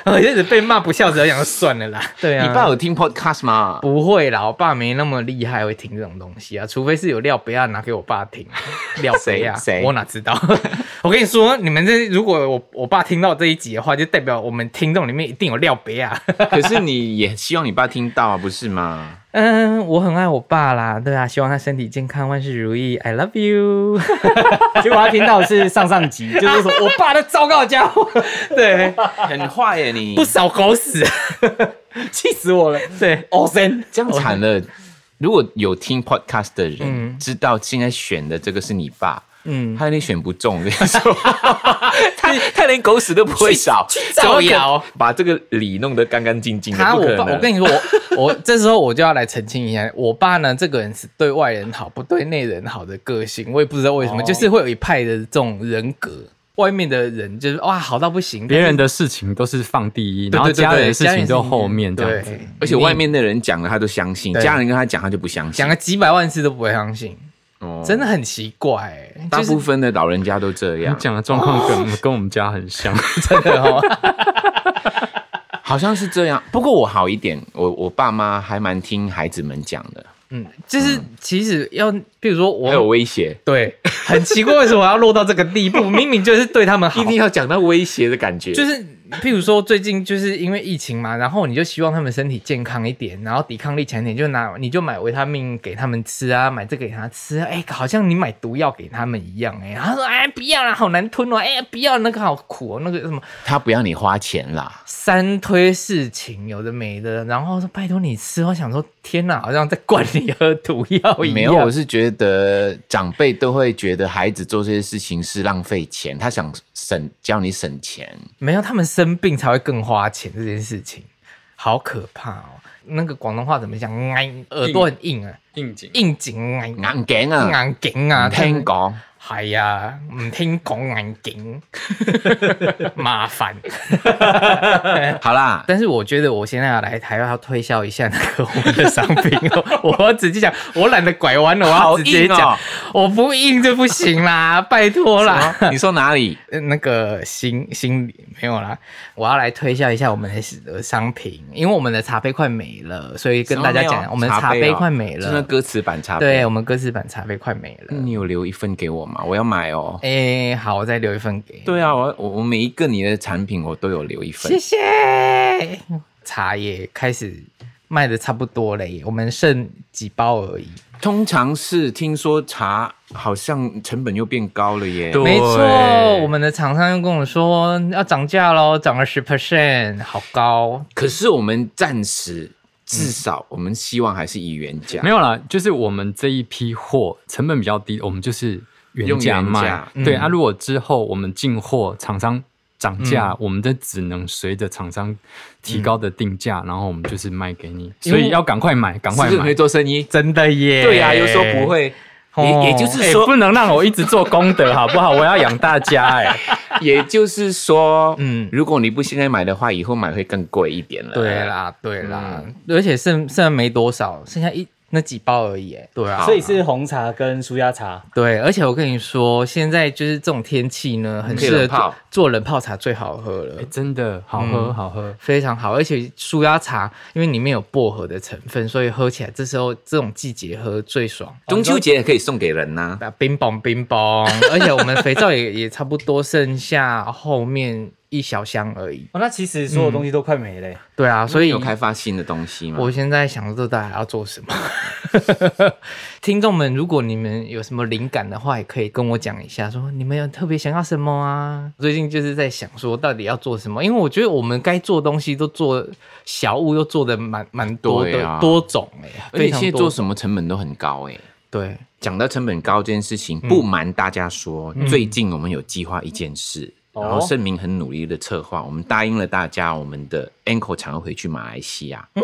我一直被骂不孝子，我想说算了啦。对啊，
你爸有听 podcast 吗？
不会啦，我爸没那么厉害，会听这种东西啊，除非是有料不要拿给我爸听，料不要
谁谁
我哪知道？ 我跟你说，你们这如果我我爸听到这一集的话，就代表我们听众里面一定有料不要。
可是你也希望你爸听到啊，不是 吗？
嗯，我很爱我爸啦，对啊，希望他身体健康，万事如意，I love you。
结果他听到的是上上 集，就是说我爸的糟糕的家伙，
对，
很坏耶，你
不少狗屎。
气死我了。
对，
哦森，
这样惨了。如果有听 podcast 的人
哦嗯
知道现在选的这个是你爸，
嗯，
他有点选不中，我 跟你说，他他连狗屎都不 会少，
造谣，
把这个理弄得干干净净的。
他
不
我
可
爸，
能
我跟你说，我 我这时候我就要来澄清一下，我爸呢，这个人是对外人好，不对内人好的个性，我也不知道为什么，
哦
就是会有一派的这种人格，外面的人就是哇好到不行，
别人的事情都是放第一，
但
然
是
后
对对对
家人的事
家
情
是
都后面这样子。
对
而且外面的人讲了他都相信，
对
家人跟他讲他就不相信。
讲了几百万次都不会相信，
哦
真的很奇怪、欸，
大
就是
部分的老人家都这
你
样，
讲的状况跟我们跟我们家很像，
真的哦，
好像是这样。不过我好一点，我我爸妈还蛮听孩子们讲的，
嗯，就是其实要，比如说
还有
我。
威胁，
对，很奇怪，为什么要落到这个地步？明明就是对他们好
一，定要讲到威胁的感觉，
就是譬如说，最近就是因为疫情嘛，然后你就希望他们身体健康一点，然后抵抗力强一点，就拿你就买维他命给他们吃啊，买这个给他吃、啊，哎、好像你买毒药给他们一样、哎，他说哎不要啦，好难吞哦，哎不要那个好苦哦，那个什么
他不要你花钱啦。
三推四请，有的没的，然后说拜托你吃，我想说天哪，好像在灌你喝毒药一样，
没有，我是觉得长辈都会觉得孩子做这些事情是浪费钱，他想省教你省钱。
没有，他们生病才会更花钱这件事情，好可怕哦。那个广东话怎么讲？哎，耳朵很硬啊。
应景
应景眼
眼镜啊，
眼镜啊，
唔听讲，
系啊，唔听讲眼镜， 麻烦。
好啦，
但是我觉得我现在要来台湾要推销一下那个我们的商品哦， 我要直接讲，我懒得拐弯了，我要直接讲，
好硬哦
我不硬就不行啦，拜托啦。
你说 哪里？哦
呃那个心心里没有啦，我要来推销一下我们的商品，因为我们的茶杯快没了，所以跟大家
什么没有
讲，我们的茶杯
哦
快没
就是那
了。
歌啊嗯词版茶杯。
对，我们歌词版茶杯快没了。
你有留一份给我吗？我要买哦。
哎、好，我再留一份给你。
对啊，我我我每一个你的产品我都有留一份
谢。谢。茶也开始卖的差不多了耶，我们剩几包而已。
通常是听说茶好像成本又变高了耶。
对
没错，我们的厂商又跟我说要涨价喽，涨了十 percent，好高。
可是我们暂时至少我们希望还是以原价。
没有啦，就是我们这一批货成本比较低，我们就是原
用
价
原
卖
价。
对
嗯
啊，如果之后我们进货，厂商涨价，我们就只能随着厂商提高的定价，然后我们就是卖给你，
因为
所以要赶快买，赶
是
快
不是很
买
会。做生意？
真的耶。
对啊呀，又说 不会，
哦，
也也就是说
哎不能让我一直做功德，好不好？我要养大家、哎，
也就是说，
嗯
嗯，如果你不现在买的话，以后买会更贵一点了。
对，啦，对啦，
嗯
而且剩剩下没多少，剩下一那几包而已。哎对啊，
所以是红茶跟舒压茶。
对，而且我跟你说，现在就是这种天气呢，很
可以
适合
冷
做
泡
做冷泡茶，最好喝了。
哎真的好喝，好喝。
非常好，而且舒压茶因为里面有薄荷的成分，所以喝起来这时候这种季节喝最爽。
中秋节也可以送给人呐。
啊，冰棒冰棒，而且我们肥皂也也差不多剩下后面一小箱而已。
哦，那其实所有东西都快没欸嘞、
对啊，所以
有开发新的东西吗？
我现在想说，大家要做什么？ 听众们，如果你们有什么灵感的话，也可以跟我讲一下，说你们有特别想要什么啊？最近就是在想说，到底要做什么？因为我觉得我们该做的东西都做，小物都做的蛮蛮多
对
的、
啊
多种哎、欸，
而且现在做
么？
什么成本都很高哎。
对，
讲到成本高这件事情，不瞒大家说，
嗯
最近我们有计划一件事，
哦
然后盛明很努力的策划，我们答应了大家，我们的 Anko 常会回去马来西亚。
嗯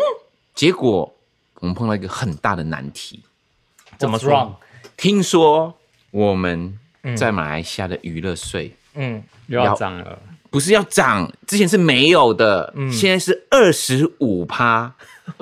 结果我们碰到一个很大的难题，
怎
么说
听说我们
嗯
在马来西亚的娱乐税。
嗯，
又要涨了，
不是要涨，之前是没有的，
嗯
现在是二十五趴，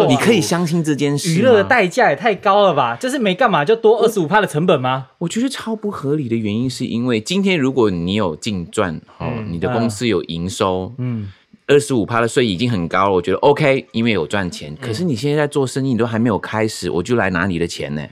你可以相信这件事吗
哦娱乐的，代价也太高了吧？就是没干嘛就多二十五趴的成本吗？
我觉得超不合理的原因是因为今天如果你有净赚哦，
嗯
你的公司有营收，嗯。二十五趴的税已经很高了，我觉得 OK，因为有赚钱。可是你现在在做生意，你都还没有开始，我就来拿你的钱呢、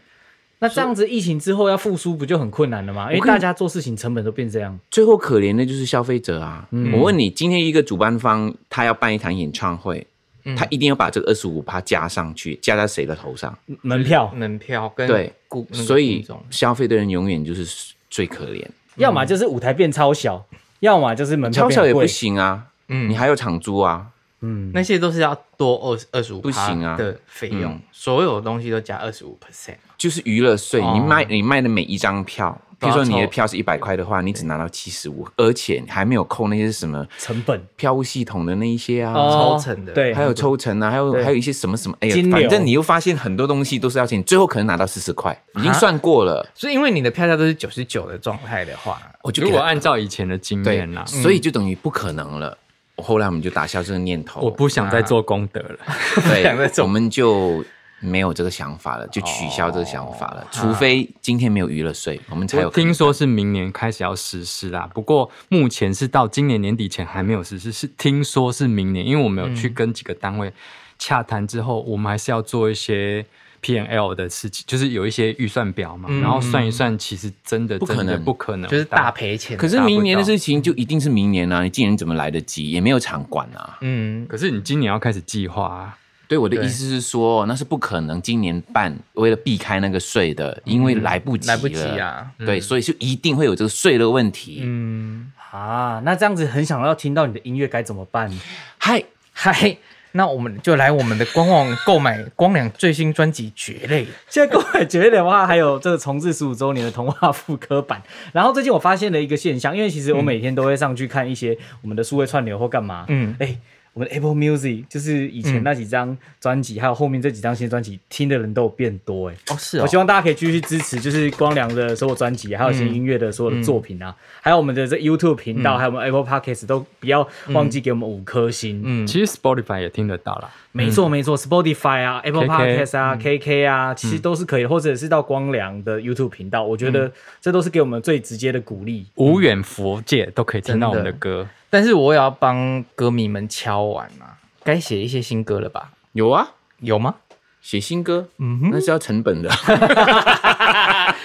那这样子疫情之后要复苏不就很困难了吗？因为大家做事情成本都变这样。
最后可怜的就是消费者啊！
嗯
我问你，今天一个主办方他要办一场演唱会，
嗯
他一定要把这个二十五趴加上去，加在谁的头上？
门票，
门票跟
对
顾，那个
所以
品种
消费的人永远就是最可怜，
要么就是舞台变超小，要么就是门票
超
变
小也不
贵。
行啊，
嗯
你还有场租啊，
嗯，
那些都是要多二二十五
不行啊
的费用，所有东西都加二十五 percent。
就是娱乐税，
哦
你卖你卖的每一张票，
都
比
要
如说你
抽
的票是一百块的话，你只拿到七十五，而且还没有扣那些什么
成本
票务系统的那一些啊。
哦抽成的
对，
还有抽成啊，还有还有一些什么什么，哎
金
呀，
流
反正你又发现很多东西都是要钱，最后可能拿到四十块，已经算过了。
所以因为你的票价都是九十九的状态的话，
我就
如
给
果
他
按照以前的经
对
验啦，，
所以就等于不可能了。后来我们就打消这个念头，
我不想再做功德了。
想再
对，
走
我们就没有这个想法了，就取消这个想法了。除非今天没有娱乐税，我们才有
我
可能
听说是明年开始要实施啦，不过目前是到今年年底前还没有实施，是听说是明年，因为我们有去跟几个单位洽谈之后，我们还是要做一些 P N L 的事情，就是有一些预算表嘛，然后算一算，其实真的
不可
真的
能
不可能，
就是大赔钱。
可是
达不到
明年的事情就一定是明年啊，你今年怎么来得及？也没有场馆啊。
嗯，
可是你今年要开始计划啊，
对，我的
对
意思是说，那是不可能今年办，为了避开那个税的，因为来不及
嗯
了。
来不及啊！
对，所以就一定会有这个税的问题。
嗯，
啊，那这样子很想要听到你的音乐该怎么办？
嗨，
嗨，那我们就来我们的官网购买光良最新专辑《蕨类》。
现在购买绝的话，还有这个重置十五周年的童话复刻版。 然后最近我发现了一个现象，因为其实我每天都会上去看一些我们的数位串流或干嘛，
嗯
嗯，哎、我们的 Apple Music 就是以前那几张专辑，还有后面这几张新专辑，听的人都有变多、哎、
哦，是
我
哦
希，望大家可以继续支持，就是光良的所有专辑，还有一些音乐的所有的作品
嗯
啊，还有我们的这 YouTube 频道，还有我们 Apple Podcast 都不要忘
嗯
记给我们五颗星。嗯，
其实 Spotify 也听得到啦。
没错没错，Spotify 啊，Apple
KK
Podcast 啊，KK 啊，其实都是可以的，或者是到光良的 YouTube 频道，我觉得这都是给我们最直接的鼓励。
无远佛界都可以听到我们的
真的
歌，
但是我也要帮歌迷们敲完啊，该写一些新歌了吧？
有啊，
有 吗？
写新歌，
嗯
那是要 成本的，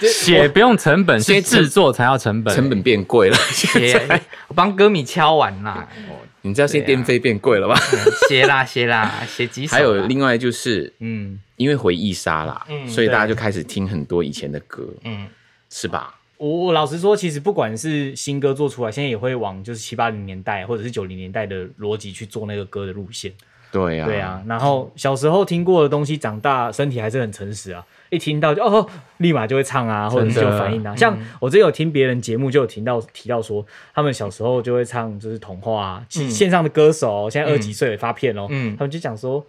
写不用成本，
所以
是制作才要成本。
成本变贵了。
写，我帮歌迷敲完啦，
你知道
啊
现在电费变贵了 吧？
写啦写啦，写几首啦。
还有另外就是，
嗯
因为回忆杀啦，
啊嗯
所以大家就开始听很多以前的歌，
嗯，
是吧？
我我老实说，其实不管是新歌做出来，现在也会往就是七八零年代或者是九零年代的逻辑去做那个歌的路线。
对啊，
对啊，然后小时候听过的东西，长大身体还是很诚实啊。一听到就哦，立马就会唱啊，或者是有反
嗯
应啊。像我之前有听别人节目，就有听到提到说，他们小时候就会唱就是童话
嗯
啊，其线上的歌手哦现在二十几岁也发片哦，
嗯
他们就讲说，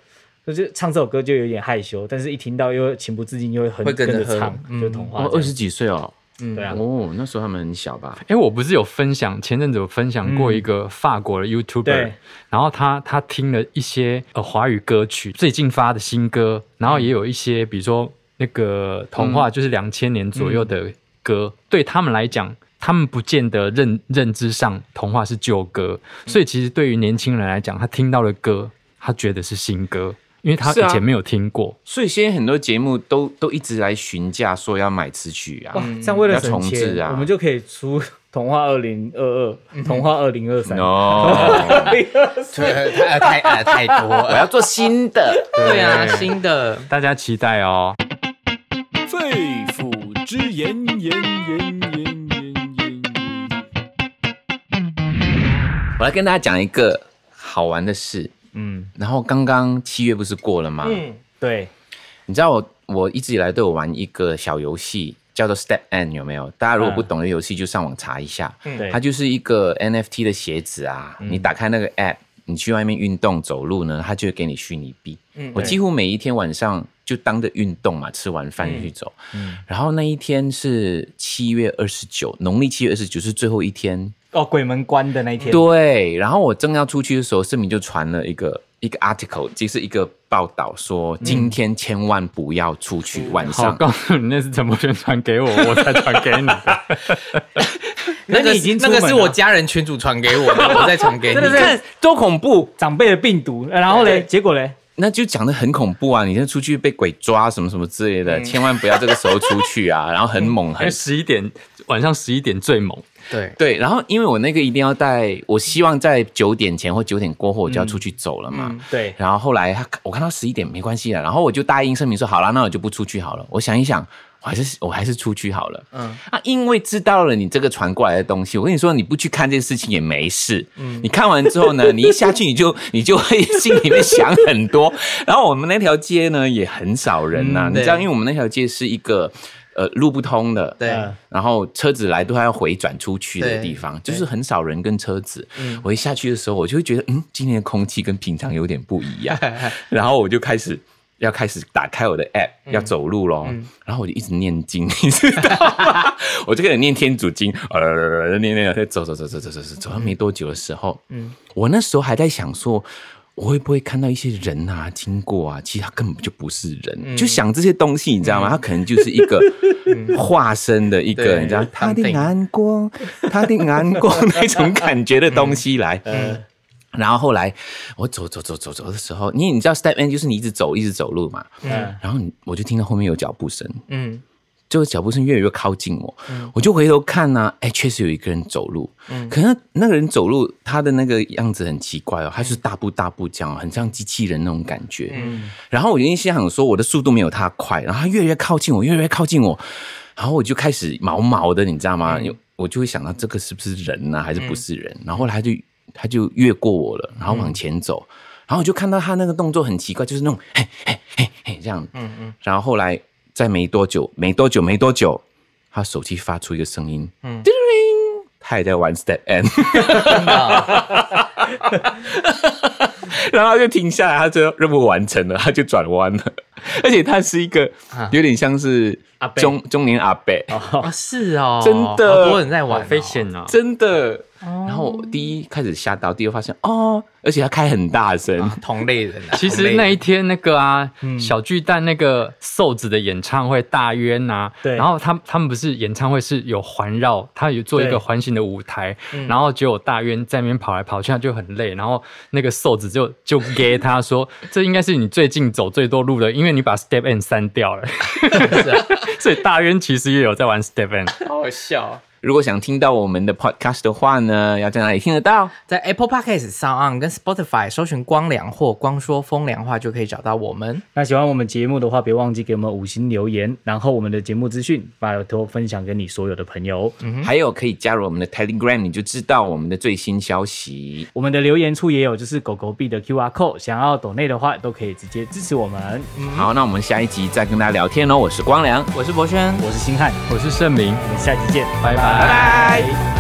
就是唱这首歌就有点害羞，但是一听到又情不自禁又会很
会跟着哼
唱，
嗯
就是童话
哦，
这样。
二十几岁哦，
对啊，
哦，那时候他们很小吧？
哎，我不是有分享，前阵子有分享过一个法国的 YouTuber，、
对
然后他他听了一些呃华语歌曲，最近发的新歌，然后也有一些比如说那个童话，就是两千年左右的歌，对他们来讲。他们不见得认认知上童话是旧歌，所以其实对于年轻人来讲，他听到的歌，他觉得是新歌，因为他
是啊
以前没有听过。
所以现在很多节目都都一直来询价，说要买词曲啊
哇，，这样为了
要
省
重置
钱，
啊
我们就可以出童话二零二二、童话二零二三、
哦 no，
二零二四。
对，太太呃太多
我
了。
要做新的。
对啊，新的
大家期待哦。
肺腑之言，言言言言言言。
我来跟大家讲一个好玩的事。
嗯，
然后刚刚七月不是过了吗？
对，
你知道我我一直以来都有玩一个小游戏，叫做 Step N，有没有？大家如果不懂的游戏，就上网查一下。
对，
它就是一个 NFT 的鞋子啊，你打开那个 App，你去外面运动走路呢，它就会给你虚拟币。
嗯
我几乎每一天晚上就当着运动嘛，吃完饭就去走。然后那一天是七月二十九，农历七月二十九是最后一天。
哦，鬼门关的那一天，
对，然后我正要出去的时候，盛明就传了一个一个 article，就是一个报道说，今天千万不要出去，晚
好，
上
告诉你那是怎么宣传 给我，我才传给你的。
那
那
个
你已经
是那个
出门
是
了
我家人群主传给我的，我再传 给你。
真的是
多恐怖！
长辈的病毒，呃然后嘞，结果嘞，
那就讲的很恐怖啊！你现在出去被鬼抓什么什么之类的，千万不要这个时候出去啊！然后很猛
因
很
为十一点晚上十一点最猛，
对，
对，然后因为我那个一定要在，我希望在九点前或九点过后我就要出去走了嘛。
对，
然后后来他我看到十一点没关系了，然后我就答应声明说好啦，那我就不出去好了。我想一想，我还是我还是出去好了。嗯啊，因为知道了你这个传过来的东西，我跟你说，你不去看这件事情也没事。嗯，你看完之后呢，你一下去你就 你就会心里面想很多。然后我们那条街呢也很少人呐、
嗯
你知道，
对
因为我们那条街是一个呃路不通的，
对
嗯
然后车子来都还要回转出去的
对
地方，就是很少人跟车子。我一下去的时候，我就会觉得，嗯，今天的空气跟平常有点不一样，然后我就开始。要开始打开我的 app，、要走路咯。然后我就一直念经，你知道吗？我就开始念天主经，呃，念念，再走走走走走走走，走到没多久的时候，嗯，我那时候还在想说，我会不会看到一些人啊经过啊，其实他根本就不是人，就想这些东西，你知道吗？他可能就是一个化身的一个，
对
你知道他的
something
眼光，他的眼光那种感觉的东西来。然后后来我走走走走走的时候，你你知道 step in 就是你一直走一直走路嘛，
嗯，
然后你我就听到后面有脚步声，
嗯，
就脚步声越来越靠近我，我就回头看呢、哎，确实有一个人走路，可能那个人走路他的那个样子很奇怪哦，他是大步大步这样，很像机器人那种感觉。然后我原先想说我的速度没有他快，然后他越来越靠近我，越来越靠近我，然后我就开始毛毛的，你知道吗？有我就会想到这个是不是人呢、啊还是不是人？然后后来他就他就越过我了，然后往前走。然后我就看到他那个动作很奇怪，就是那种嘿嘿嘿嘿这样，嗯嗯。然后后来再没多久，没多久，没多久，他手机发出一个声音，嗯，叮铃，他也在玩 Step N，
真的啊
然后他就停下来，他最后任务完成了，他就转弯了，而且他是一个有点像是
阿伯
中中年阿伯，
啊是哦，
真的
好多人在
好
玩哦，
危险啊！
真的。然后我第一开始吓到，第二发现哦，而且他开很大声，
同类人啊。
其
同类
实
人
那一天那个啊，小巨蛋那个瘦子的演唱会大渊呐、
对
然后他们他们不是演唱会是有环绕，他有做一
对
个环形的舞台，然后结果大渊在那边跑来跑去，他就很累，然后那个瘦子就就给他说，这应该是你最近走最多路的，因为你把 step
啊
n 删掉了，所以大渊其实也有在玩 step n。
好好笑，
如果想听到我们的 podcast 的话呢，要在哪里听得到？
在 Apple Podcast 上 on 跟 Spotify 搜寻“光良”或“光说风凉话”就可以找到我们。
那喜欢我们节目的话，别忘记给我们五星留言，然后我们的节目资讯拜托分享给你所有的朋友。
还有可以加入我们的 Telegram，你就知道我们的最新消息。
我们的留言处也有就是狗狗币的 QR code，想要抖内的话都可以直接支持我们。
好，那我们下一集再跟大家聊哦天喽。我是光良，
我是博轩，
我是星汉，
我是盛明，
我们下期见，
拜拜
拜